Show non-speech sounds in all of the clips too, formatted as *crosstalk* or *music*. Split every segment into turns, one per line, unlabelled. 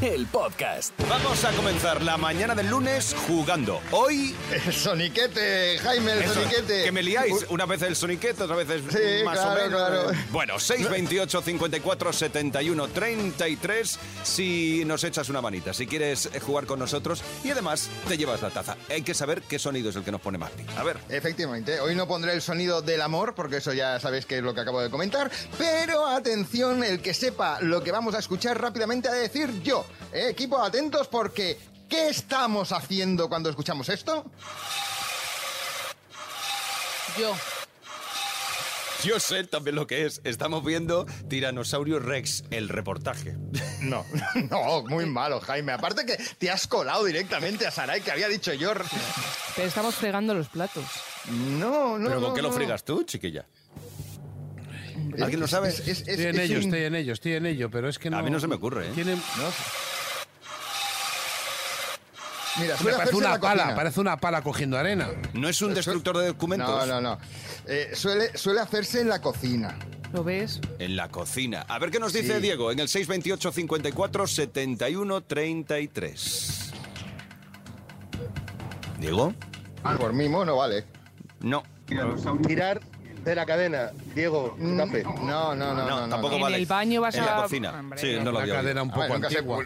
el podcast.
Vamos a comenzar la mañana del lunes jugando. Hoy.
El soniquete, Jaime, el
Eso,
soniquete.
Que me liáis. Una vez el soniquete, otra vez es
Sí,
más
claro,
o menos. eh.
claro.
Bueno, 628 54 71 33. Si nos echas una manita, si quieres jugar con nosotros y además te llevas la taza. Hay que saber qué sonido es el que nos pone más pi. A ver.
Efectivamente, hoy no pondré el sonido del amor, porque eso ya sabéis que es lo que acabo de comentar, pero atención, el que sepa lo que vamos a escuchar rápidamente a decir yo. Eh, equipo, atentos porque ¿qué estamos haciendo cuando escuchamos esto?
Yo.
Yo sé también lo que es. Estamos viendo Tiranosaurio Rex, el reportaje.
No, *laughs* no, muy malo, Jaime. Aparte que te has colado directamente a Sarai, que había dicho yo.
Pero estamos fregando los platos.
No, no.
¿Pero con
no,
qué lo
no.
fregas tú, chiquilla?
Es-
¿Alguien lo sabe?
es- es- es-
Estoy en
es
ello,
un-
estoy en ello, estoy en ello, pero es que no.
A mí no se me ocurre, ¿eh?
Tiene-
Mira,
Me
suele
parece
hacerse en
una
la
pala,
cocina.
parece una pala cogiendo arena.
No es un destructor de documentos.
No, no, no. Eh, suele, suele hacerse en la cocina.
¿Lo ves?
En la cocina. A ver qué nos dice
Sí.
Diego en el 628 54 71 33. ¿Diego? Ah.
Por mí mono, vale.
No.
Tirar de la cadena, Diego, Getafe.
Mm, No, no, no, no.
No,
no,
tampoco
En
vale.
el baño vas
en
a-
la cocina.
Hombre,
sí, no lo
Una
había oído.
cadena un
A ver,
poco
nunca se-
antigua.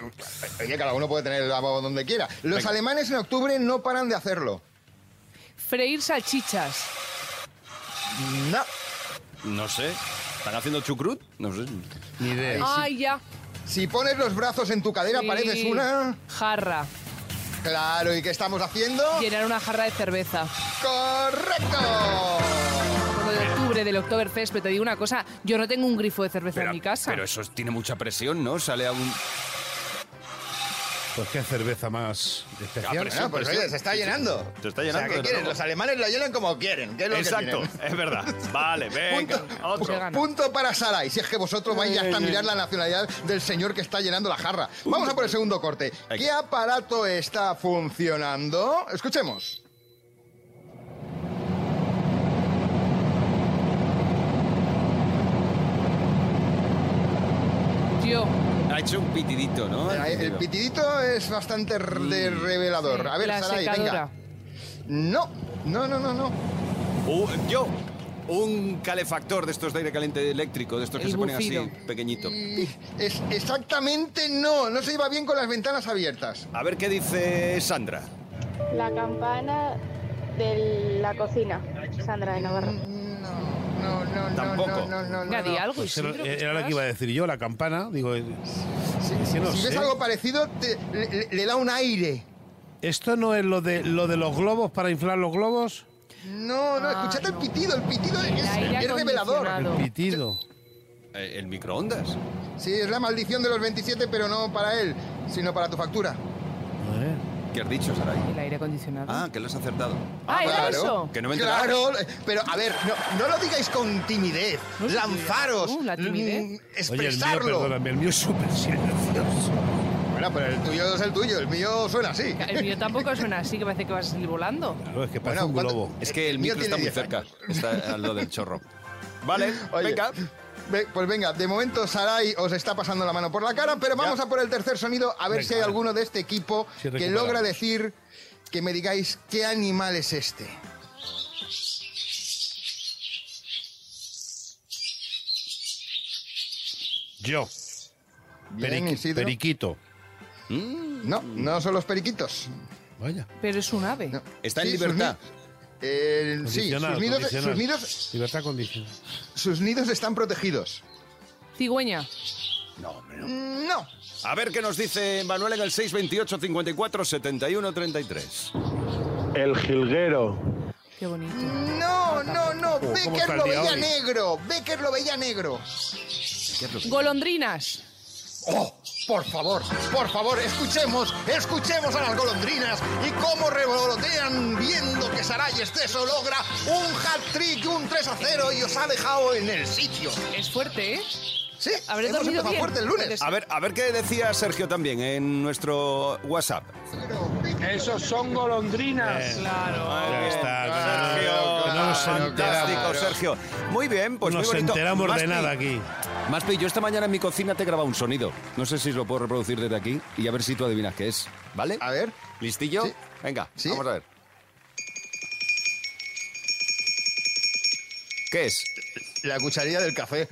Oye, cada uno puede tener el lavabo donde quiera. Los
Venga.
alemanes en octubre no paran de hacerlo.
Freír salchichas.
No.
No sé. ¿Están haciendo chucrut? No sé.
Ni idea.
Ay, ya.
Si pones los brazos en tu cadera,
Sí.
pareces una.
Jarra.
Claro, ¿y qué estamos haciendo?
Llenar una jarra de cerveza.
¡Correcto!
Por lo de octubre, del Oktoberfest, pero te digo una cosa. Yo no tengo un grifo de cerveza en mi casa.
pero eso tiene mucha presión, ¿no? Sale a un.
Pues qué cerveza más
Ah,
especial.
pero-
Bueno, pues
presión.
oye, se está llenando.
Se está llenando,
O sea, ¿qué
desde
quieren?
luego.
Los alemanes lo llenan como quieren. ¿Qué es lo que
Exacto,
tienen?
es verdad. Vale, venga.
Punto.
Otro.
Llega. Gana. Eh.
Punto para Sara. Y si es que vosotros vais hasta a mirar la nacionalidad del señor que está llenando la jarra.
Uh.
Vamos a por el segundo corte.
Venga.
¿Qué aparato está funcionando? Escuchemos.
Yo.
Ha hecho un pitidito, ¿no?
Mira, eh, El pitidito es bastante r- de
Mm.
revelador. A ver,
la
Sarai,
secadora.
venga. No, no, no, no, no.
Uh, yo. Un calefactor de estos de aire caliente eléctrico, de estos que
El
se ponen así,
bufido.
pequeñito.
Y Es exactamente no. No se iba bien con las ventanas abiertas.
A ver qué dice Sandra.
La campana de la cocina, Sandra de Navarra.
No, no, no, no,
Tampoco.
no, no, no, no,
Venga, di
no.
algo,
Pues era,
Isidro,
era lo
¿qué
que iba a decir yo, la campana. Digo, eh,
Si,
que no
si ves
sé.
algo parecido, te- le- le- le da un aire.
¿esto no es lo de lo de los globos para inflar los globos?
No, no,
Ah,
escuchad el
no.
pitido, el pitido
El
es,
aire
es revelador.
acondicionado.
El
Claro.
pitido.
Eh, El microondas.
Sí, es la maldición de los 27, pero no para él, sino para tu factura.
Eh,
¿Qué has dicho, Saray?
El aire acondicionado.
Ah, que lo has acertado.
Ah, ¿era
claro.
eso?
Que no me he enterado.
Claro, pero a ver, no, no lo digáis con timidez.
No, sí,
Lanzaros.
no, la timidez.
mm,
Oye, el mío,
expresarlo.
perdóname, el mío es súper silencioso.
bueno, pero el tuyo es el tuyo, el mío suena así.
El mío tampoco suena así, que parece que vas a salir volando.
Claro, es que parece
Bueno,
un
¿cuánto-
globo.
Es que el
El mío
micro está muy
Eh, tiene 10
cerca.
años.
Está al lado del chorro. *laughs* Vale,
Oye,
venga.
ve- pues venga, de momento Sarai os está pasando la mano por la cara, pero vamos a por el tercer sonido a ver
Venga,
si hay
vale.
alguno de este equipo
Sí,
que
recuperamos.
logra decir que me digáis qué animal es este.
Yo,
Bien,
periqui-
Isidro.
periquito.
No,
Mm.
no son los periquitos.
Vaya.
Pero es un ave.
No.
Está en
Sí, sus
libertad.
ni- Eh, sí, sus
Condicional,
nidos,
condicional.
sus, nidos,
Libertad condicional.
sus nidos están protegidos.
Cigüeña.
Mm, No.
A ver qué nos dice Manuel en el 628 54 71 33.
El jilguero.
Qué bonito.
No, no, no. Becker
Oh, está el
lo
día
veía
hoy?
negro. Becker lo veía negro.
Golondrinas.
Oh, Por favor, por favor, escuchemos, escuchemos a las golondrinas y cómo revolotean viendo que Saray Esteso logra un hat-trick, un 3 a 0 y os ha dejado en el sitio.
Es fuerte, ¿eh?
Sí,
Habré
hemos
dormido
empezado
bien.
fuerte el lunes.
A ver, a ver qué decía Sergio también en nuestro WhatsApp.
Esos son golondrinas.
Claro.
Ya está,
Eh, Sergio,
claro, no nos
fantástico,
enteramos.
Sergio. Muy bien, pues
Nos
muy bonito.
enteramos de
Maspi,
nada aquí.
Maspi, yo esta mañana en mi cocina te he grabado un sonido. No sé si lo puedo reproducir desde aquí y a ver si tú adivinas qué es, ¿vale?
A ver.
¿Listillo?
Sí.
Venga,
Sí.
vamos a ver. ¿Qué es?
La cucharilla del café.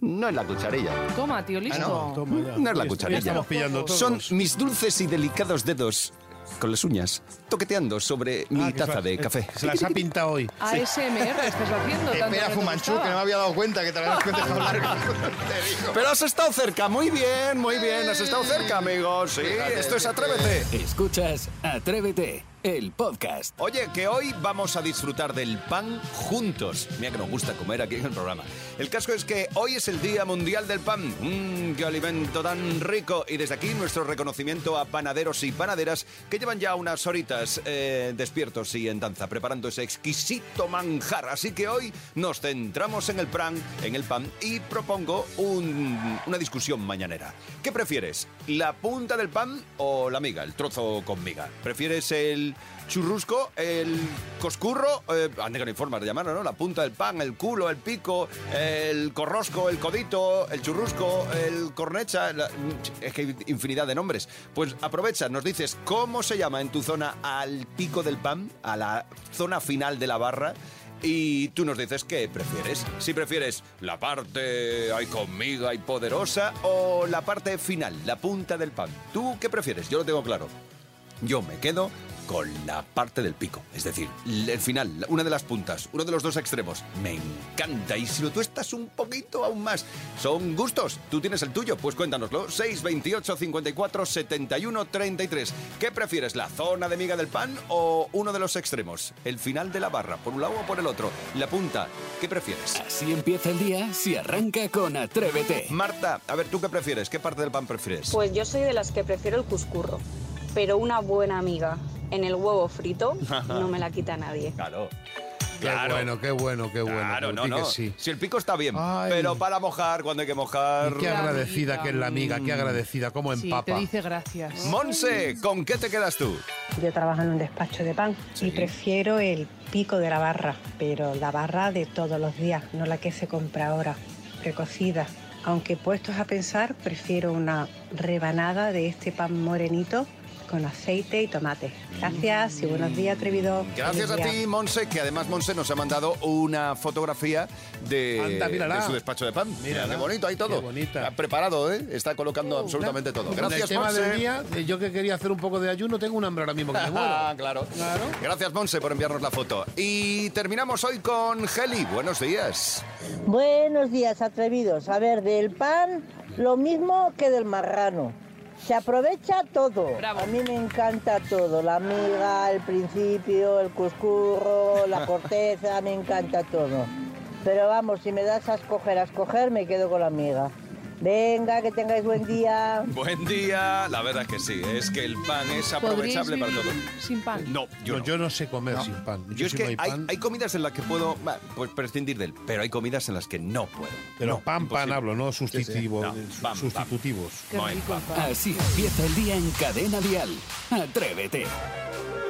No es la cucharilla.
Toma, tío, listo.
Toma ya.
No es la
Ya
cucharilla.
Estamos pillando todos. Ah,
Son mis dulces y delicados dedos con las uñas toqueteando sobre mi
Ah, que
taza
se-
de café.
Se las ha pintado
*laughs*
hoy.
ASMR estás haciendo. tanto
*laughs* Espera,
que te
Fumanchu, que
gustaba.
no me había dado cuenta que te la habías cuenta de hablar. *laughs* Te digo.
Pero has estado cerca, muy bien, muy bien, has estado cerca, amigos. Sí,
Fíjate,
esto es
fíjate.
Atrévete.
Escuchas Atrévete, el podcast.
Oye, que hoy vamos a disfrutar del pan juntos. Mira que nos gusta comer aquí en el programa. El caso es que hoy es el Día Mundial del Pan. Mmm, qué alimento tan rico. Y desde aquí nuestro reconocimiento a panaderos y panaderas que llevan ya unas horitas eh, despiertos y en danza preparando ese exquisito manjar. Así que hoy nos centramos en el pan, en el pan y propongo un- una discusión mañanera. ¿Qué prefieres? ¿La punta del pan o la miga, el trozo con miga? ¿Prefieres el churrusco, el coscurro, eh, anda que no hay forma de llamarlo, ¿no? La punta del pan, el culo, el pico, el corrosco, el codito, el churrusco, el cornecha, la- es que hay infinidad de nombres. Pues aprovecha, nos dices cómo se llama en tu zona al pico del pan, a la zona final de la barra. Y tú nos dices qué prefieres. Si prefieres la parte hay conmigo y poderosa o la parte final, la punta del pan. ¿Tú qué prefieres? Yo lo tengo claro yo me quedo con la parte del pico, es decir, l- el final, la- una de las puntas, uno de los dos extremos. Me encanta y si lo tú estás un poquito aún más, son gustos. Tú tienes el tuyo, pues cuéntanoslo. 628 54 71 33. ¿Qué prefieres, la zona de miga del pan o uno de los extremos? El final de la barra, por un lado o por el otro. La punta, ¿qué prefieres?
Así empieza el día si arranca con Atrévete.
Marta, a ver, ¿tú qué prefieres? ¿Qué parte del pan prefieres?
Pues yo soy de las que prefiero el cuscurro, pero una buena amiga en el huevo frito no me la quita nadie.
Claro.
Qué bueno, qué bueno, qué bueno.
Claro,
que
no,
sí que
no.
sí.
Si el pico está bien,
Ay.
pero para mojar, cuando hay que mojar.
Y qué agradecida
amiga.
que es la amiga, qué agradecida, cómo
Sí,
empapa.
te dice gracias.
Monse, ¿con qué te quedas tú?
Yo trabajo en un despacho de pan
Sí.
y prefiero el pico de la barra, pero la barra de todos los días, no la que se compra ahora, precocida. Aunque puestos a pensar, prefiero una rebanada de este pan morenito con aceite y tomate. Gracias y buenos días, atrevido.
Gracias a
Feliz día.
ti, Monse, que además Monse nos ha mandado una fotografía de,
Anda, mírala.
de su despacho de pan. Mira,
Mírala.
qué bonito, ahí todo.
Qué bonita.
Ha preparado, ¿eh? Está colocando absolutamente todo.
el
Gracias,
tema del
Monse.
día, eh, yo que quería hacer un poco de ayuno, tengo un hambre ahora mismo que me
Ah,
muero.
claro.
Claro.
Gracias, Monse, por enviarnos la foto. Y terminamos hoy con Geli. Buenos días.
Buenos días, atrevidos. A ver, del pan, lo mismo que del marrano. Se aprovecha todo.
Bravo.
A mí me encanta todo. La miga, el principio, el cuscurro,
*laughs*
la corteza, me encanta todo. Pero vamos, si me das a escoger, a escoger, me quedo con la miga. Venga, que tengáis buen día.
Buen día. La verdad es que sí, es que el pan es
¿Podríais
aprovechable para
vivir
todo.
sin pan?
No, *laughs* yo
Yo,
no.
yo no sé comer sin pan.
Yo es
si
que
no
hay,
hay pan,
hay comidas en las que puedo bah, pues, prescindir de él, pero hay comidas en las que no puedo.
pero
no,
pan, pan
imposible.
hablo, no sustitutivos.
No, pan, pan.
sustitutivos.
Qué
No hay
rico el
pan.
pan.
Así empieza el día en cadena dial. Atrévete.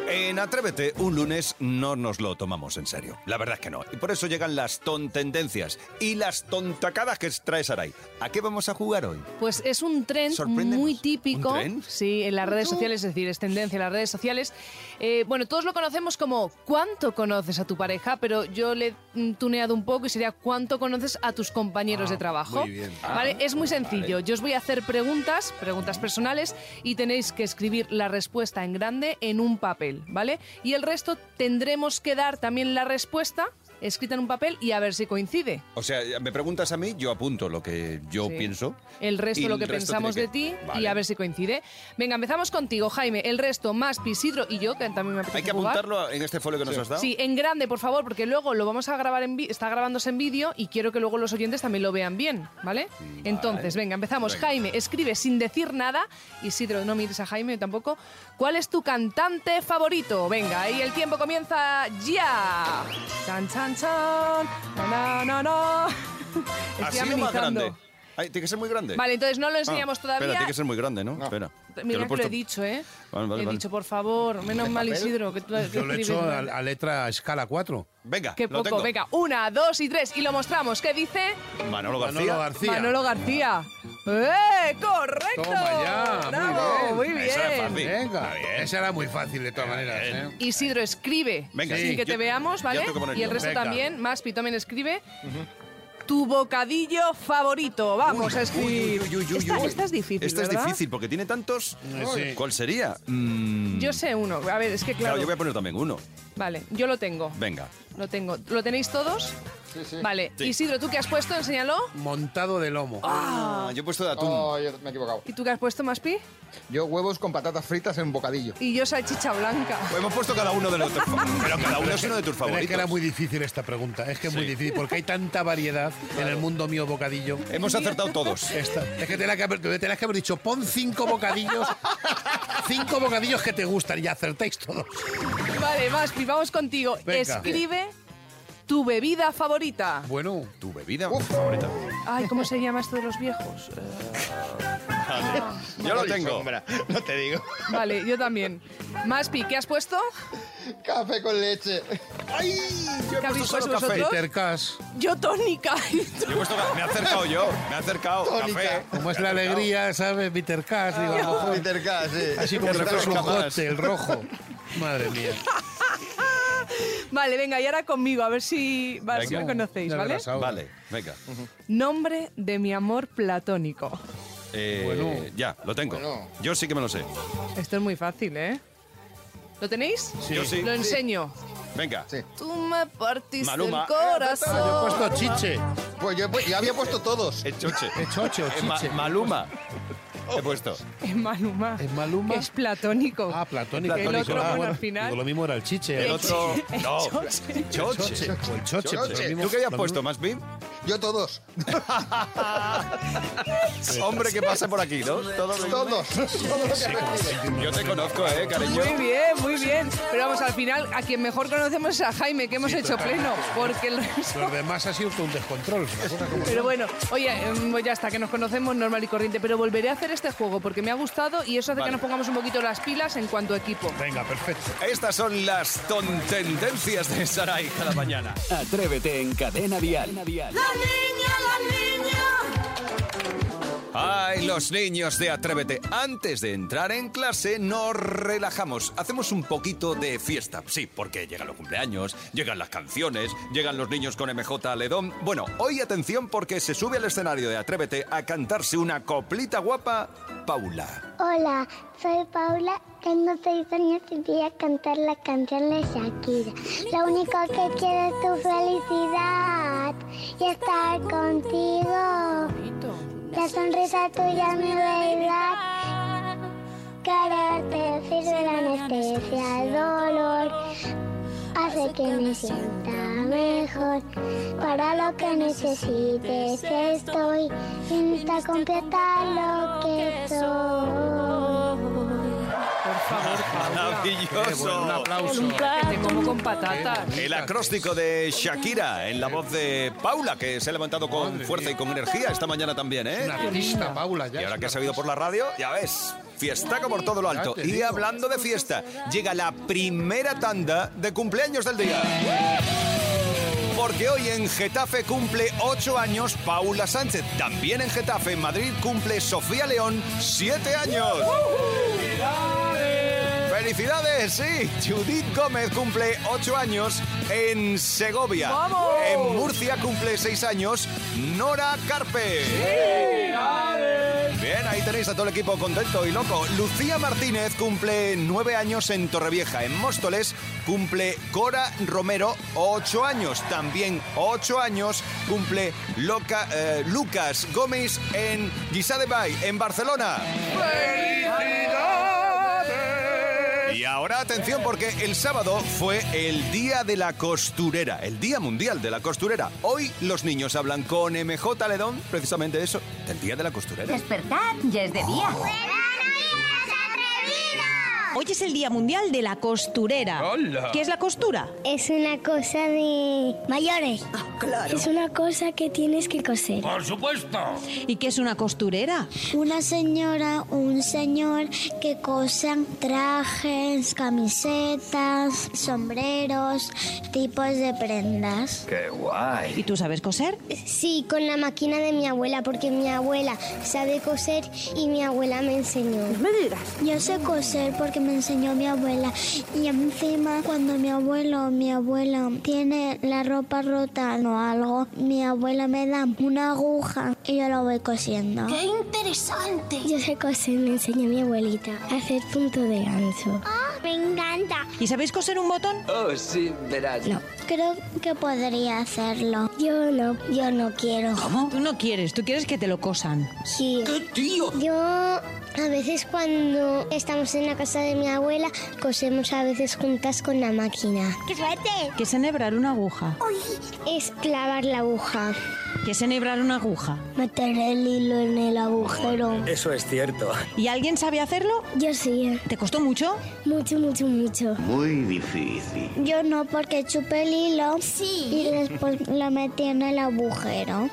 En Atrévete, un lunes no nos lo tomamos en serio. La verdad es que no. Y por eso llegan las tontendencias y las tontacadas que trae Saray. ¿A qué vamos a jugar hoy?
Pues es un tren
Sorpréndenos.
muy típico.
¿Un tren?
Sí, en las redes sociales, es decir, es tendencia en las redes sociales. Eh, bueno, todos lo conocemos como ¿cuánto conoces a tu pareja? Pero yo le he mm, tuneado un poco y sería ¿cuánto conoces a tus compañeros de trabajo?
muy bien.
¿Vale? es muy sencillo. Yo os voy a hacer preguntas, preguntas personales, y tenéis que escribir la respuesta en grande en un papel. papel, ¿vale? Y el resto tendremos que dar también la respuesta escrita en un papel y a ver si coincide.
O sea, me preguntas a mí, yo apunto lo que yo
Sí.
pienso.
El
Y
resto, lo
el
que
resto
pensamos
tiene
de
que-
ti y
Vale.
a ver si coincide. Venga, empezamos contigo, Jaime. El resto, más Pisidro y yo, que también me apetece
Hay que
jugar.
apuntarlo en este folio que nos has dado.
Sí, en grande, por favor, porque luego lo vamos a grabar en vi- está grabándose en vídeo y quiero que luego los oyentes también lo vean bien, ¿vale? Entonces, venga, empezamos.
Venga.
Jaime, escribe sin decir nada, Isidro, no mires a Jaime tampoco. ¿Cuál es tu cantante favorito? Venga, y el tiempo comienza ya. Chan chan chan. No no no.
Ha
*laughs* Estoy
sido más
amenizando.
grande. Ay, tiene que ser muy grande.
Vale, entonces no lo
Ah,
enseñamos todavía.
Espera, tiene que ser muy grande, ¿no? Espera. Te
Mira que lo
puesto-
he dicho, ¿eh?
Vale, vale,
he
vale.
dicho, por favor, menos mal
papel?
Isidro, que tú que
Yo lo he
escribes
hecho a,
mal.
a letra escala 4.
Venga,
Qué poco, venga, una, dos y tres, y lo mostramos. ¿Qué dice?
Manolo García.
Manolo García.
Manolo García. ¡Eh! ¡Correcto!
Toma ya,
¡Bravo! Muy
muy
bien.
Eso era fácil.
Venga, esa era muy fácil de todas maneras. ¿eh?
Isidro escribe.
Venga,
Así
sí,
que
yo-
te veamos,
ya
¿vale?
tengo que poner
Y el
yo.
resto
Venga.
también. Maspi también escribe. Tu bocadillo favorito. Vamos a escribir.
Uy, uy, uy, uy,
esta,
uy.
esta es difícil.
Esta es
¿verdad?
difícil porque tiene tantos.
Sí.
¿Cuál sería? Mm,
Yo sé uno. A ver, es que
claro,
claro.
yo voy a poner también uno.
Vale, yo lo tengo.
Venga.
Lo tengo. ¿Lo tenéis todos? Vale.
Sí.
Isidro, ¿tú qué has puesto? Enséñalo.
Montado de lomo.
Ah, yo he puesto de atún.
Oh, yo me he equivocado.
¿Y tú qué has puesto, Maspi?
Yo huevos con patatas fritas en un bocadillo.
Y yo salchicha blanca.
Pues hemos puesto cada uno de los nuestros
*laughs*
favoritos. Pero cada uno es uno de tus
Pero es que era
favoritos.
muy difícil esta pregunta. Es que es muy difícil porque hay tanta variedad en el mundo mío bocadillo.
Hemos acertado
*laughs*
todos.
Esta. Es que tenías que, haber, tenías que haber dicho, pon cinco bocadillos, cinco bocadillos que te gustan y acertáis todos.
Vale, Maspi, vamos contigo.
Venga.
Escribe tu bebida favorita.
Bueno,
Tu bebida favorita.
Ay, ¿cómo se llama esto de los viejos? Eh,
Yo lo tengo.
no te digo.
Vale, yo también. Maspi, ¿qué has puesto?
*laughs* Café con leche.
¡Ay! Yo he
¿Qué
puesto
habéis
solo
puesto
café.
vosotros?
Peter Cash,
Yo tónica. *laughs*
Yo he puesto ca- Me he acercado yo. Me he acercado.
Tónica.
Café.
como es la alegría, ¿sabes? Peter Cash, digo, a lo mejor-
Peter K, sí.
así como
que
que
se
fuese un
conozca más.
jote, el rojo. Madre mía.
Vale, venga, y ahora conmigo, a ver si, a ver si me
Venga.
conocéis,
Ya
¿vale?
verás ahora.
Vale, venga.
Nombre de mi amor platónico.
Eh,
Bueno.
Ya, lo tengo.
Bueno.
Yo sí que me lo sé.
Esto es muy fácil, ¿eh? ¿Lo tenéis?
Yo sí.
Lo enseño.
Venga.
Sí.
Tú me partiste
Maluma.
el corazón.
Puesto chiche,
Pues yo, he pu- yo había puesto todos.
Es choche.
es chocho,
Eh, ma-
chiche.
Maluma. He puesto.
Es Maluma.
¿Es Maluma?
Que Es platónico. *laughs*
Ah, platónico.
El otro, bueno,
Ah, bueno,
al final.
digo, lo mismo era el chiche.
El
¿eh?
otro. No. Choche.
O el choche.
Choche.
pues lo mismo-
¿Tú qué habías
lo
puesto,
mismo-
más bien?
Yo todos.
*laughs* Hombre que pasa por aquí, ¿no? Todo lo-
Todos. Todo lo que recibe.
Yo te conozco, ¿eh, cariño?
Muy bien, muy bien. Pero vamos, al final, a quien mejor conocemos es a Jaime, que hemos hecho pleno, porque el resto...
Los demás ha sido un descontrol. una cosa como-
Pero bueno, oye, em, pues ya está, que nos conocemos normal y corriente, pero volveré a hacer este juego porque me ha gustado y eso hace
Vale.
que nos pongamos un poquito las pilas en cuanto a equipo.
Venga, perfecto.
Estas son las tontendencias de Sarai cada mañana.
Atrévete en Cadena Dial.
Ay, los niños de Atrévete. Antes de entrar en clase nos relajamos. Hacemos un poquito de fiesta. Sí, porque llegan los cumpleaños, llegan las canciones, llegan los niños con MJ Ledón. Bueno, hoy atención porque se sube al escenario de Atrévete a cantarse una coplita guapa, Paula.
Hola, soy Paula, tengo seis años y voy a cantar la canción de Shakira. Lo único que quiero es tu felicidad y estar contigo. La sonrisa tuya es mi realidad. Cara te sirve la anestesia al dolor. Hace que me sienta mejor. Para lo que necesites estoy. Intenta completar lo que soy.
Qué bueno, un
¡Maravilloso!
aplauso.
Que te como con patatas.
El acróstico de Shakira en la voz de Paula, que se ha levantado con
Madre
fuerza y
mía.
con energía esta mañana también, ¿eh?
Una artista, Paula, ya.
Y ahora
es
que
una
ha salido por la radio, ya ves, fiestaca por todo lo alto.
Ya Ah, te
Y
digo.
hablando de fiesta, llega la primera tanda de cumpleaños del día. Porque hoy en Getafe cumple 8 años Paula Sánchez. También en Getafe, en Madrid, cumple Sofía León 7 años. ¡Felicidades! Sí, Judith Gómez cumple 8 años en Segovia.
¡Vamos!
En Murcia cumple 6 años Nora Carpe. Bien, ahí tenéis a todo el equipo contento y loco. Lucía Martínez cumple nueve años en Torrevieja. En Móstoles cumple Cora Romero ocho años. También ocho años cumple Loca- eh, Lucas Gómez en Guisá de Bay, en Barcelona. Y ahora atención porque el sábado fue el Día de la Costurera, el Día Mundial de la Costurera. Hoy los niños hablan con MJ Ledón, precisamente eso, del Día de la Costurera.
Despertad, ya es de día.
Hoy es el Día Mundial de la Costurera.
Hola.
¿Qué es la costura?
Es una cosa de mayores.
claro.
Es una cosa que tienes que coser.
supuesto. ¿Y qué es una costurera?
Una señora, un señor que cosen trajes, camisetas, sombreros, tipos de prendas.
¡Qué guay!
¿Y tú sabes coser?
Sí, con la máquina de mi abuela, porque mi abuela sabe coser y mi abuela me enseñó. ¿Me dirás? Yo sé coser porque me enseñó mi abuela. Y encima, cuando mi abuelo o mi abuela tiene la ropa rota o algo, mi abuela me da una aguja y yo la voy cosiendo.
¡Qué
interesante! Yo sé coser, me enseñó mi abuelita a hacer punto de ganso. me encanta.
¿Y sabéis coser un botón?
Oh, sí, verás.
No, creo que podría hacerlo. Yo no, yo no quiero.
¿Cómo? Tú no quieres, tú quieres que te lo cosan.
Sí. ¡Qué tío! Yo a veces cuando estamos en la casa de mi abuela cosemos a veces juntas con la máquina.
¡Qué suerte! ¿Qué es enhebrar una aguja?
Es clavar la aguja,
¿Qué es enhebrar una aguja?
meter el hilo en el agujero.
Eso es cierto.
¿Y alguien sabe hacerlo?
Yo sí.
¿Te costó mucho?
Mucho, mucho, mucho.
Muy difícil.
Yo no, porque chupé el hilo y después lo metí en el agujero.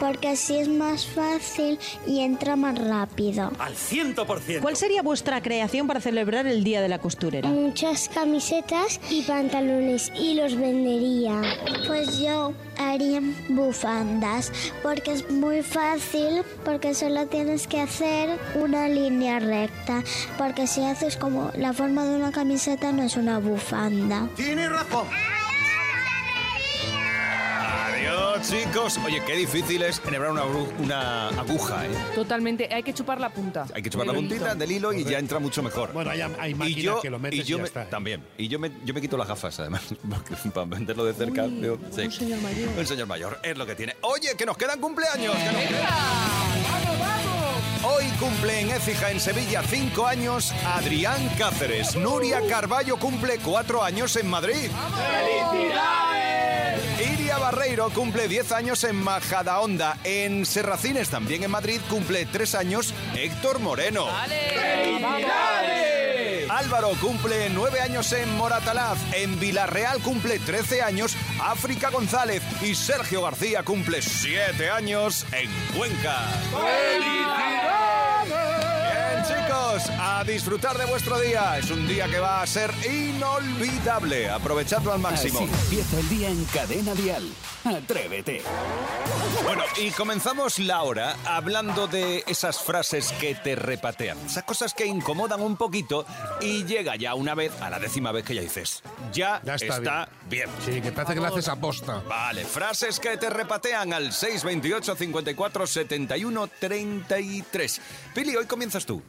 Porque así es más fácil y entra más rápido.
Al ciento por ciento.
¿Cuál sería vuestra creación para celebrar el Día de la Costurera?
Muchas camisetas y pantalones y los vendería. Pues yo haría bufandas porque es muy fácil porque solo tienes que hacer una línea recta porque si haces como la forma de una camiseta no es una bufanda.
Tiene razón. Adiós, chicos. Oye, qué difícil es enhebrar una, bru- una aguja, ¿eh?
Totalmente, hay que chupar la punta.
Hay que chupar la
Del
puntita
hilo.
del hilo y ya entra mucho mejor.
Bueno, hay- hay máquinas que lo metes y
yo
ya
me-
está, ¿eh?
También. Y yo me, yo me quito las gafas, además, *laughs* porque para venderlo de cerca. veo- sí. Un señor mayor. es lo que tiene. Oye, que nos quedan cumpleaños. que nos Hoy cumple en Écija, en Sevilla, cinco años Adrián Cáceres. Nuria Carballo cumple cuatro años en Madrid. Iria Barreiro cumple 10 años en Majadahonda. En Serracines, también en Madrid, cumple 3 años Héctor Moreno. Álvaro cumple 9 años en Moratalaz. En Villarreal cumple 13 años África González. Y Sergio García cumple 7 años en Cuenca. Bien, chicos, a disfrutar de vuestro día. Es un día que va a ser inolvidable. Aprovechadlo al máximo.
Ah,
Así empieza el día en Cadena Dial. Atrévete.
Bueno, y comenzamos la hora hablando de esas frases que te repatean, esas cosas que incomodan un poquito y llega ya una vez, a la décima vez que ya dices, ya, está,
está
bien.
Sí, que parece que lo haces aposta.
Vale, frases que te repatean al 628 54 71 33. Pili, hoy comienzas tú.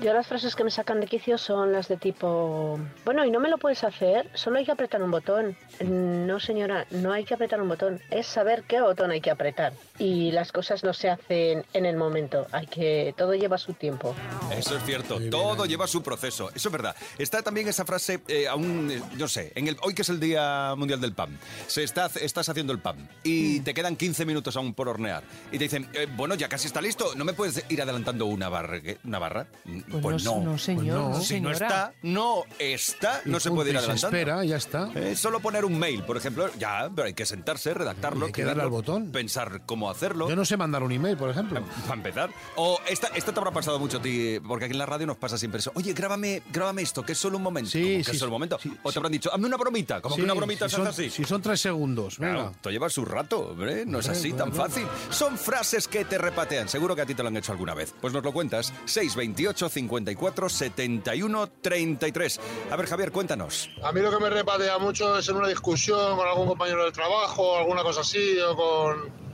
Yo las frases que me sacan de quicio son las de tipo, bueno, y no me lo puedes hacer, solo hay que apretar un botón. No, señora, no hay que apretar un botón, es saber qué botón hay que apretar. Y las cosas no se hacen en el momento, hay que todo lleva su tiempo.
Eso es cierto, todo lleva su proceso, eso es verdad. Está también esa frase, eh, aún, eh, no sé, en el, hoy que es el Día Mundial del Pan, se está, estás haciendo el pan y
Mm.
te quedan 15 minutos aún por hornear y te dicen, eh, bueno, ya casi está listo, ¿no me puedes ir adelantando una, barre- una barra? Mm, Pues,
no, no, señor, no,
si no
señora.
está, no está,
Y
no se
punto,
puede ir
y se
adelantando.
espera, ya está.
Eh, solo poner un mail, por ejemplo, ya, pero hay que sentarse, redactarlo,
Hay que darle al
escribirlo,
botón.
pensar cómo hacerlo.
Yo no sé mandar un email, por ejemplo.
Para empezar. O esta, esta te habrá pasado mucho a ti, porque aquí en la radio nos pasa siempre eso. Oye, grábame, grábame esto, que es solo un momento. Como que
sí,
es solo un momento. o te habrán dicho, hazme una bromita, como
Sí,
que una bromita
si
se hace
son,
así.
si son tres segundos, venga.
Claro, te lleva su rato, hombre. No es
Hombre,
así
claro,
tan
claro.
fácil. Son frases que te repatean. Seguro que a ti te lo han hecho alguna vez. Pues nos lo cuentas. 628 54 71 33. A ver, Javier, cuéntanos.
A mí lo que me repatea mucho es en una discusión con algún compañero del trabajo, alguna cosa así, o con.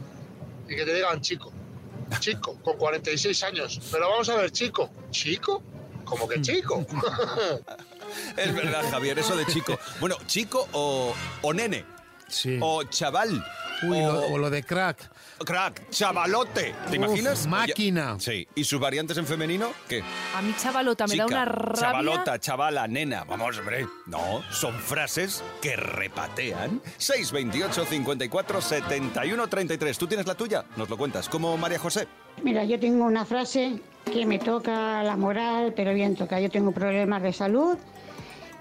y que te digan chico. chico, con 46 años. Pero vamos a ver, chico, chico, como que chico.
Es verdad, Javier, eso de chico. *laughs* Bueno, chico o, o nene. O chaval.
Uy, lo- o lo de crack.
Crack, chavalote. ¿Te
Uf,
imaginas?
máquina.
Ya- sí. ¿Y sus variantes en femenino? ¿Qué?
A mí chavalota Ah, me da
Chica,
una rabia.
Chavalota, chavala, nena. Vamos, hombre. No, son frases que repatean. 628 54 71 33. ¿Tú tienes la tuya? Nos lo cuentas. Como María José.
Mira, yo tengo una frase que me toca la moral, pero bien toca. Yo tengo problemas de salud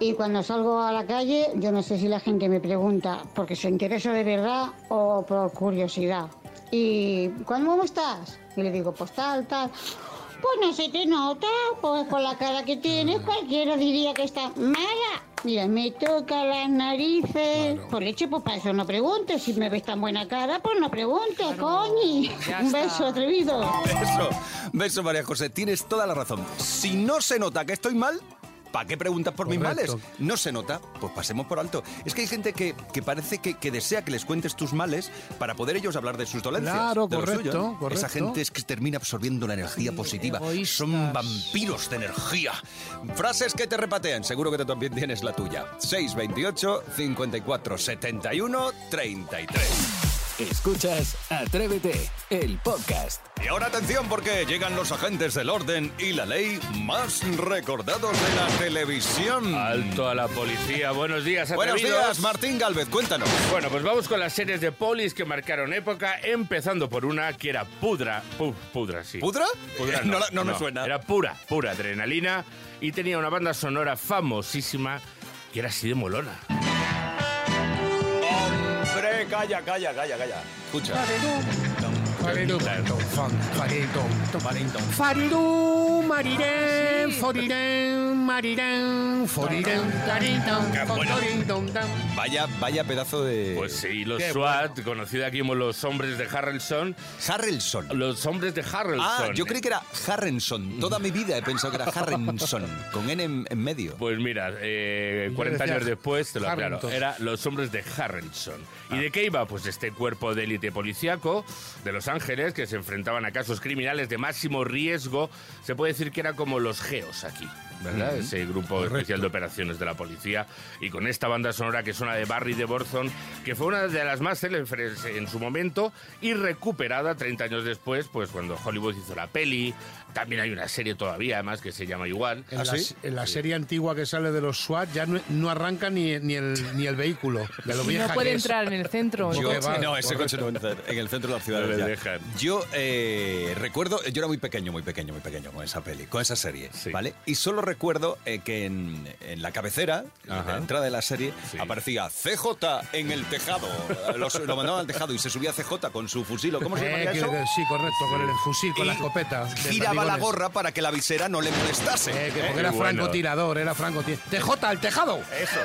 y cuando salgo a la calle, yo no sé si la gente me pregunta porque se interesa de verdad o por curiosidad. Y ¿cómo estás? Y le digo, pues tal, tal. Pues no se te nota, pues con la cara que tienes, cualquiera diría que está mala. Mira, me toca las narices. Por leche, pues para eso no preguntes. Si me ves tan buena cara, pues no preguntes, coñi.
Ya
Un
está.
beso atrevido.
Beso. Beso, María José. Tienes toda la razón. Si no se nota que estoy mal, ¿para qué preguntas por mis males?
Correcto.
No se nota, pues pasemos por alto. Es que hay gente que, que parece que, que desea que les cuentes tus males para poder ellos hablar de sus dolencias.
Claro,
de lo suyo,
correcto,
¿eh?
correcto.
Esa gente es que termina absorbiendo la energía positiva. Son vampiros de energía. Frases que te repatean. Seguro que tú también tienes la tuya. 628 54 71 33.
Escuchas Atrévete, el podcast.
Y ahora atención porque llegan los agentes del orden y la ley más recordados de la televisión.
Alto a la policía. Buenos días,
Buenos
atrevidos.
días, Martín Galvez, cuéntanos.
Bueno, pues vamos con las series de polis que marcaron época, empezando por una que era Pudra. Pu- pudra, sí.
¿Pudra?
Pudra
Eh,
no,
*laughs* no la- no me suena.
Era pura, pura adrenalina y tenía una banda sonora famosísima que era así de molona.
Hombre, calla, calla, calla, calla. Escucha.
Faridú, marirén, forirén, marirén, forirén, tarirán,
Qué bueno.
forirón, tan.
Vaya, vaya pedazo de.
Pues sí, los
Qué
SWAT, conocida aquí como los hombres de Harrelson.
Harrelson.
Los hombres de Harrelson.
Ah, yo creí que era Harrenson. Toda mi vida he pensado que era Harrenson, con N en, en medio.
Pues mira, eh,
Yo
40
decía
años después, te lo aclaro,
Harrington.
era Los Hombres de Harrelson. ¿Y de qué iba? Pues este cuerpo de élite policíaco de Los Ángeles que se enfrentaban a casos criminales de máximo riesgo. Se puede decir que era como los geos aquí, ¿verdad?
Ujú.
Ese grupo
Correcto.
especial de operaciones de la policía. Y con esta banda sonora que suena de Barry de Borzon, que fue una de las más célebres en su momento y recuperada 30 años después, pues cuando Hollywood hizo la peli. También hay una serie todavía, además, que se llama igual.
En, la, en la serie antigua que sale de los SWAT ya no, no arranca ni, ni, el, ni el vehículo. De lo
Y
vieja
no
que
puede
es. Eh,
entrar en el
*laughs*
centro.
Yo-
el coche.
va,
no, ese coche
correcto.
no entra en el centro de la ciudad.
No le
ya.
dejan.
Yo eh, recuerdo, yo era muy pequeño, muy pequeño, muy pequeño con esa peli, con esa serie, ¿vale? Y solo recuerdo eh, que en, en la cabecera, en la entrada de la serie, aparecía CJ en el tejado. Los- lo mandaban al tejado y se subía CJ con su fusil o cómo se
Eh,
llama
que-
eso.
que- sí, correcto, con el fusil, con la escopeta. de
Giraba la
perdigones.
gorra para que la visera no le molestase.
Eh, que porque era francotirador, era francotirador. TJ, al tejado.
Eso.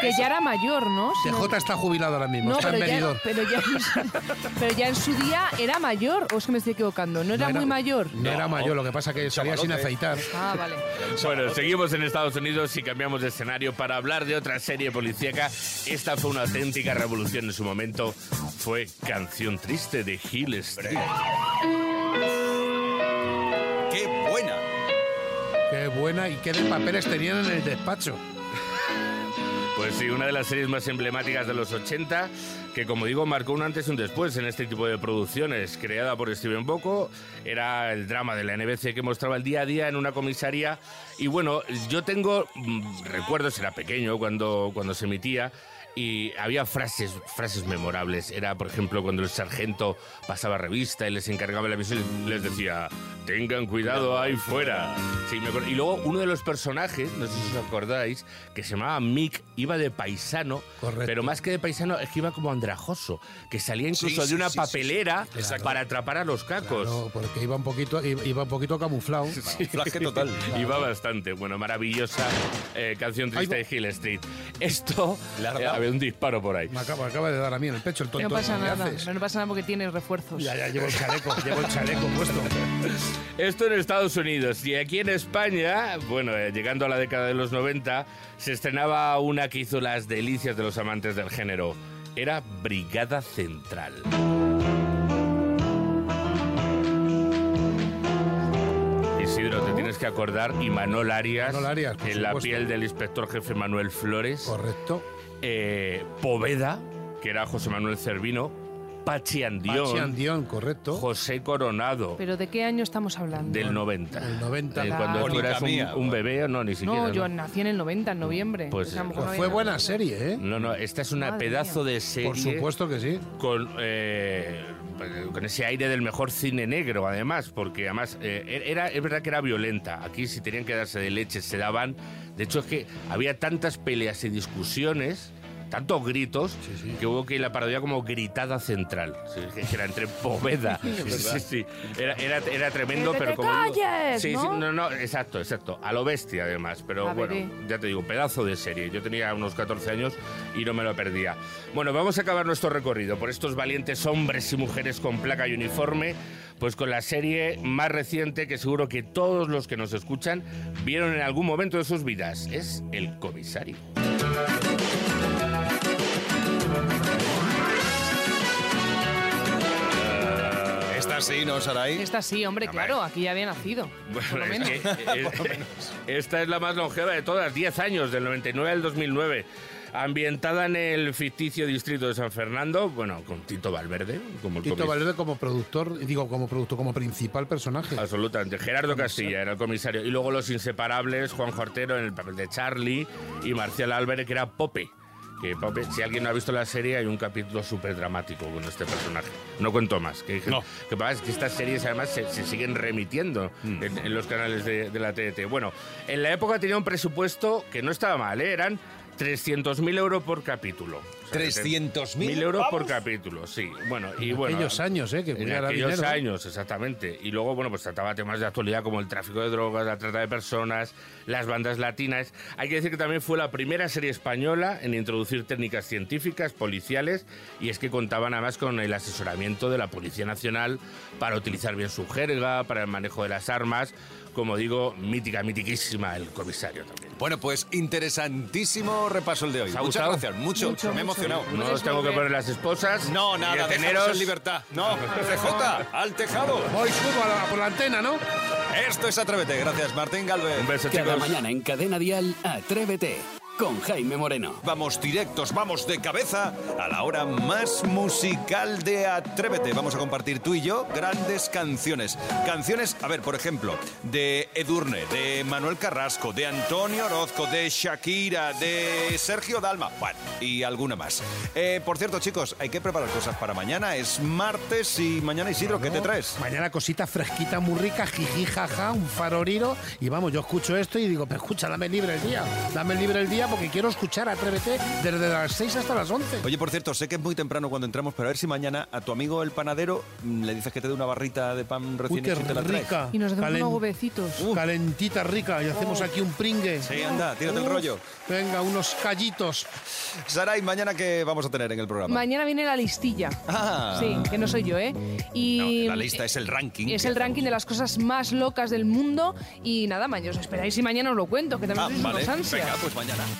Que ya era mayor, ¿no? Si
TJ está jubilado ahora mismo,
No,
está
pero
en
ya,
Benidorm.
pero, ya, *laughs* pero ya en su día era mayor, o es que me estoy equivocando, no era, muy mayor.
No, era mayor, lo que pasa que salía sin
Chavalote.
aceitar.
Ah, vale.
Bueno, seguimos en Estados Unidos y cambiamos de escenario para hablar de otra serie policíaca. Esta fue una auténtica revolución en su momento. Fue Canción Triste de Hill Street.
¡Qué buena!
Qué buena y qué de papeles tenían en el despacho.
Pues sí, una de las series más emblemáticas de los 80, que como digo, marcó un antes y un después en este tipo de producciones. Creada por Steven Bocco, era el drama de la NBC que mostraba el día a día en una comisaría. Y bueno, yo tengo mm, recuerdos, era pequeño cuando, cuando se emitía. Y había frases, frases memorables. Era, por ejemplo, cuando el sargento pasaba revista y les encargaba la misión, les decía, tengan cuidado ahí fuera. Sí, me acuerdo. Y luego uno de los personajes, no sé si os acordáis, que se llamaba Mick, iba de paisano, pero más que de paisano es que iba como andrajoso, que salía incluso
Sí, sí,
de una
sí, sí,
papelera
sí. Exacto.
para atrapar a los cacos.
No, porque iba un poquito, iba iba un poquito camuflado. *laughs*
Iba bastante. Bueno, maravillosa eh, canción triste de Hill Street. Esto... eh, había un disparo por ahí.
Me acaba, acaba de dar a mí en el pecho el tonto.
No pasa
¿Qué
nada,
haces?
no, no pasa nada porque tienes refuerzos.
Ya, ya, llevo el chaleco, llevo el chaleco puesto.
Esto en Estados Unidos. Y aquí en España, bueno, eh, llegando a la década de los 90, se estrenaba una que hizo las delicias de los amantes del género. Era Brigada Central. Isidro, te tienes que acordar, y Manuel Arias,
Manuel Arias, por
en la
supuesto.
piel del inspector jefe Manuel Flores. eh,
Correcto.
Poveda, que era José Manuel Cervino. Pachi Andión.
Pachi Andión, correcto.
José Coronado.
¿Pero de qué año estamos hablando?
Del 90.
Del 90.
Eh, cuando tú
Ah, Bonita
eras un,
mía.
un bebé, no, ni siquiera.
no,
¿no?
yo nací en el 90, en noviembre.
Pues,
O sea, a lo mejor no
Fue
había-
buena serie, ¿eh?
No, no, esta es una
Madre
pedazo de serie.
Por supuesto que sí.
Con, eh, con ese aire del mejor cine negro, además, porque además eh, era, es verdad que era violenta. Aquí si tenían que darse de leche, se daban. De hecho, es que había tantas peleas y discusiones. Tantos gritos que hubo que la parodia como gritada central. Sí, es que Era entre Poveda.
Es
Sí,
verdad.
sí, sí. Era, era- era tremendo,
¡Que te
pero como.
calles!
Sí, sí,
¿no?
no, no, exacto, exacto. A lo bestia, además. Pero
A
bueno,
veré.
ya te digo, pedazo de serie. Yo tenía unos 14 años y no me lo perdía. Bueno, vamos a acabar nuestro recorrido por estos valientes hombres y mujeres con placa y uniforme. Pues con la serie más reciente que seguro que todos los que nos escuchan vieron en algún momento de sus vidas. Es El Comisario.
Esta sí, ¿no, Saray?
Esta sí, hombre, claro, aquí ya había nacido. *laughs* por lo
Bueno,
menos.
es que, eh, Esta es la más longeva de todas, 10 años, del 99 al 2009. Ambientada en el ficticio distrito de San Fernando, bueno, con Tito Valverde, como el
Tito
comis-
Valverde como productor, digo, como productor, como principal personaje.
Ah, Absolutamente. Gerardo Castilla era el comisario. Y luego los inseparables, Juan Jortero en el papel de Charlie y Marcial Álvarez, que era Pope. Que Pope, si alguien no ha visto la serie, hay un capítulo súper dramático con este personaje. No cuento más. Que, que pasa es que estas series además se, se siguen remitiendo en, en los canales de, de la TDT. Bueno, en la época tenía un presupuesto que no estaba mal, ¿eh? eran 300.000 euros por capítulo. O sea, que te-
300.000
mil euros por
pavos.
capítulo, sí. Bueno, y
En
bueno.
aquellos años, ¿eh? Que
en
cuidara
aquellos
dinero, ¿eh?
años, exactamente. Y luego, bueno, pues trataba temas de actualidad como el tráfico de drogas, la trata de personas, las bandas latinas. Hay que decir que también fue la primera serie española en introducir técnicas científicas, policiales, y es que contaban además con el asesoramiento de la Policía Nacional para utilizar bien su jerga, para el manejo de las armas. Como digo, mítica, mitiquísima el comisario también.
Bueno, pues interesantísimo repaso el de hoy.
¿Os ha
Muchas
gustado?
gracias, mucho.
Mucho,
me he
mucho.
emocionado.
Pues
No os tengo que poner las esposas.
No,
ni
nada,
teneros.
déjanos en libertad. No, CJ, al tejado.
Voy, subo a la- por la antena, ¿no?
Esto es Atrévete. Gracias, Martín Galvez. Un beso,
Cada mañana en Cadena Dial, Atrévete con Jaime Moreno.
Vamos directos, vamos de cabeza a la hora más musical de Atrévete. Vamos a compartir tú y yo grandes canciones. Canciones, a ver, por ejemplo, de Edurne, de Manuel Carrasco, de Antonio Orozco, de Shakira, de Sergio Dalma, bueno, y alguna más. Eh, por cierto, chicos, hay que preparar cosas para mañana. Es martes y mañana, Isidro, ¿qué te traes?
Mañana cosita fresquita, muy rica, jiji, jaja, un faroriro. Y vamos, yo escucho esto y digo, pero escucha, dame libre el día. Dame libre el día porque quiero escuchar Atrévete desde las 6 hasta las 11.
Oye, por cierto, sé que es muy temprano cuando entramos, pero a ver si mañana a tu amigo el panadero mm, le dices que te dé una barrita de pan
Uy,
recién
qué
hecho y te la traes.
rica.
Y nos hacemos
Calen-
unos huevecitos.
Calentita rica. Y hacemos aquí un pringue.
Sí, anda, tírate el
Uf,
rollo.
Venga, unos callitos.
Saray, mañana que vamos a tener en el programa.
Mañana viene la listilla.
Ah.
Sí, que no soy yo, ¿eh? Y
La lista es el ranking.
es el ranking de las cosas más locas del mundo. Y nada, mañana os esperáis y mañana os lo cuento, que también
Ah,
sois unos
vale.
ansias.
Venga,
pues mañana.